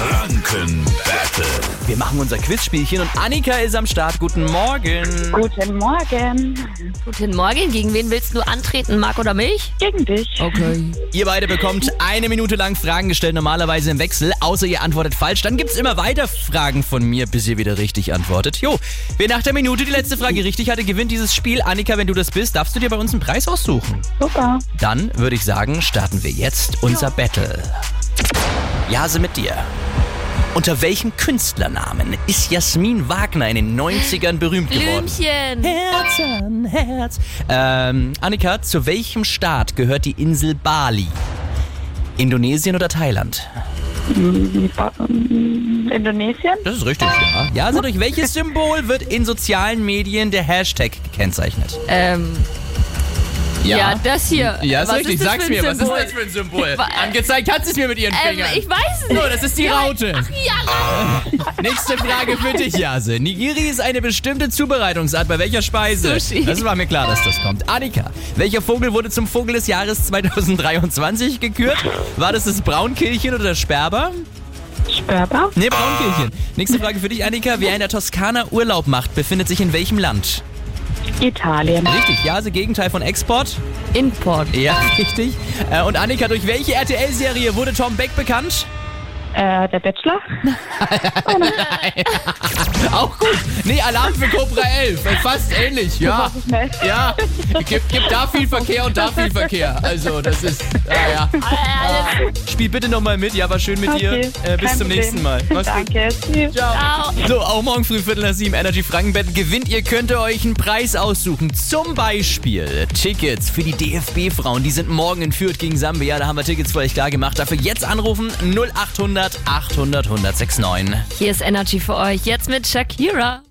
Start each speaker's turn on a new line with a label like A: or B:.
A: Franken Battle.
B: Wir machen unser Quizspielchen und Annika ist am Start. Guten Morgen.
C: Guten Morgen.
D: Guten Morgen. Gegen wen willst du antreten, Marc oder mich?
C: Gegen dich.
B: Oh.
D: Okay.
B: Ihr beide bekommt eine Minute lang Fragen gestellt, normalerweise im Wechsel, außer ihr antwortet falsch. Dann gibt's immer weiter Fragen von mir, bis ihr wieder richtig antwortet. Jo, wer nach der Minute die letzte Frage richtig hatte, gewinnt dieses Spiel. Annika, wenn du das bist, darfst du dir bei uns einen Preis aussuchen.
C: Super.
B: Dann würde ich sagen, starten wir jetzt unser Battle. Jase mit dir. Unter welchem Künstlernamen ist Jasmin Wagner in den 90ern berühmt geworden?
D: Blümchen.
B: Herz an Herz. Ähm, Annika, zu welchem Staat gehört die Insel Bali? Indonesien oder Thailand?
C: Indonesien?
B: Das ist richtig, ja. Ja, also durch welches Symbol wird in sozialen Medien der Hashtag gekennzeichnet?
D: Ähm, ja. das hier.
B: Ja, ist
D: was
B: richtig.
D: Ist das
B: Sag's
D: für ein
B: mir, was ist
D: Symbol?
B: das für ein Symbol?
D: Wa-
B: Angezeigt hat sie es mir mit ihren
D: Ähm,
B: Fingern.
D: ich weiß es nicht.
B: So, das ist die Raute.
D: Ach ja,
B: Nächste Frage für dich, Jase. Nigiri ist eine bestimmte Zubereitungsart bei welcher Speise?
D: Sushi.
B: Das war mir klar, dass das kommt. Annika, welcher Vogel wurde zum Vogel des Jahres 2023 gekürt? War das das Braunkehlchen oder das Sperber?
C: Sperber?
B: Nee, Braunkehlchen. Nächste Frage für dich, Annika. Wer in der Toskana Urlaub macht, befindet sich in welchem Land?
C: Italien.
B: Richtig, Jase, Gegenteil von Export.
D: Import.
B: Ja, richtig. Äh, Und Annika, durch welche RTL-Serie wurde Tom Beck bekannt?
C: Äh, der Bachelor?
B: Auch gut. Nee, Alarm für Cobra 11. Äh, Fast ähnlich, ja.
C: schnell.
B: Ja, gibt, gibt da viel Verkehr und da viel Verkehr. Also, das ist, ah, ja, ja. Spiel bitte nochmal mit. Ja, war schön mit
C: Okay.
B: dir. Äh, bis zum
C: Kein Problem.
B: nächsten Mal. Mach's gut.
C: Danke. Tschüss.
D: Au.
B: So, auch morgen früh Viertel nach sieben Energy Frankenbett gewinnt. Ihr könnt euch einen Preis aussuchen. Zum Beispiel Tickets für die DFB-Frauen. Die sind morgen in Fürth gegen Sambia. Da haben wir Tickets für euch klar gemacht. Dafür jetzt anrufen 0800 800 1069.
D: Hier ist Energy für euch. Jetzt mit Shakira.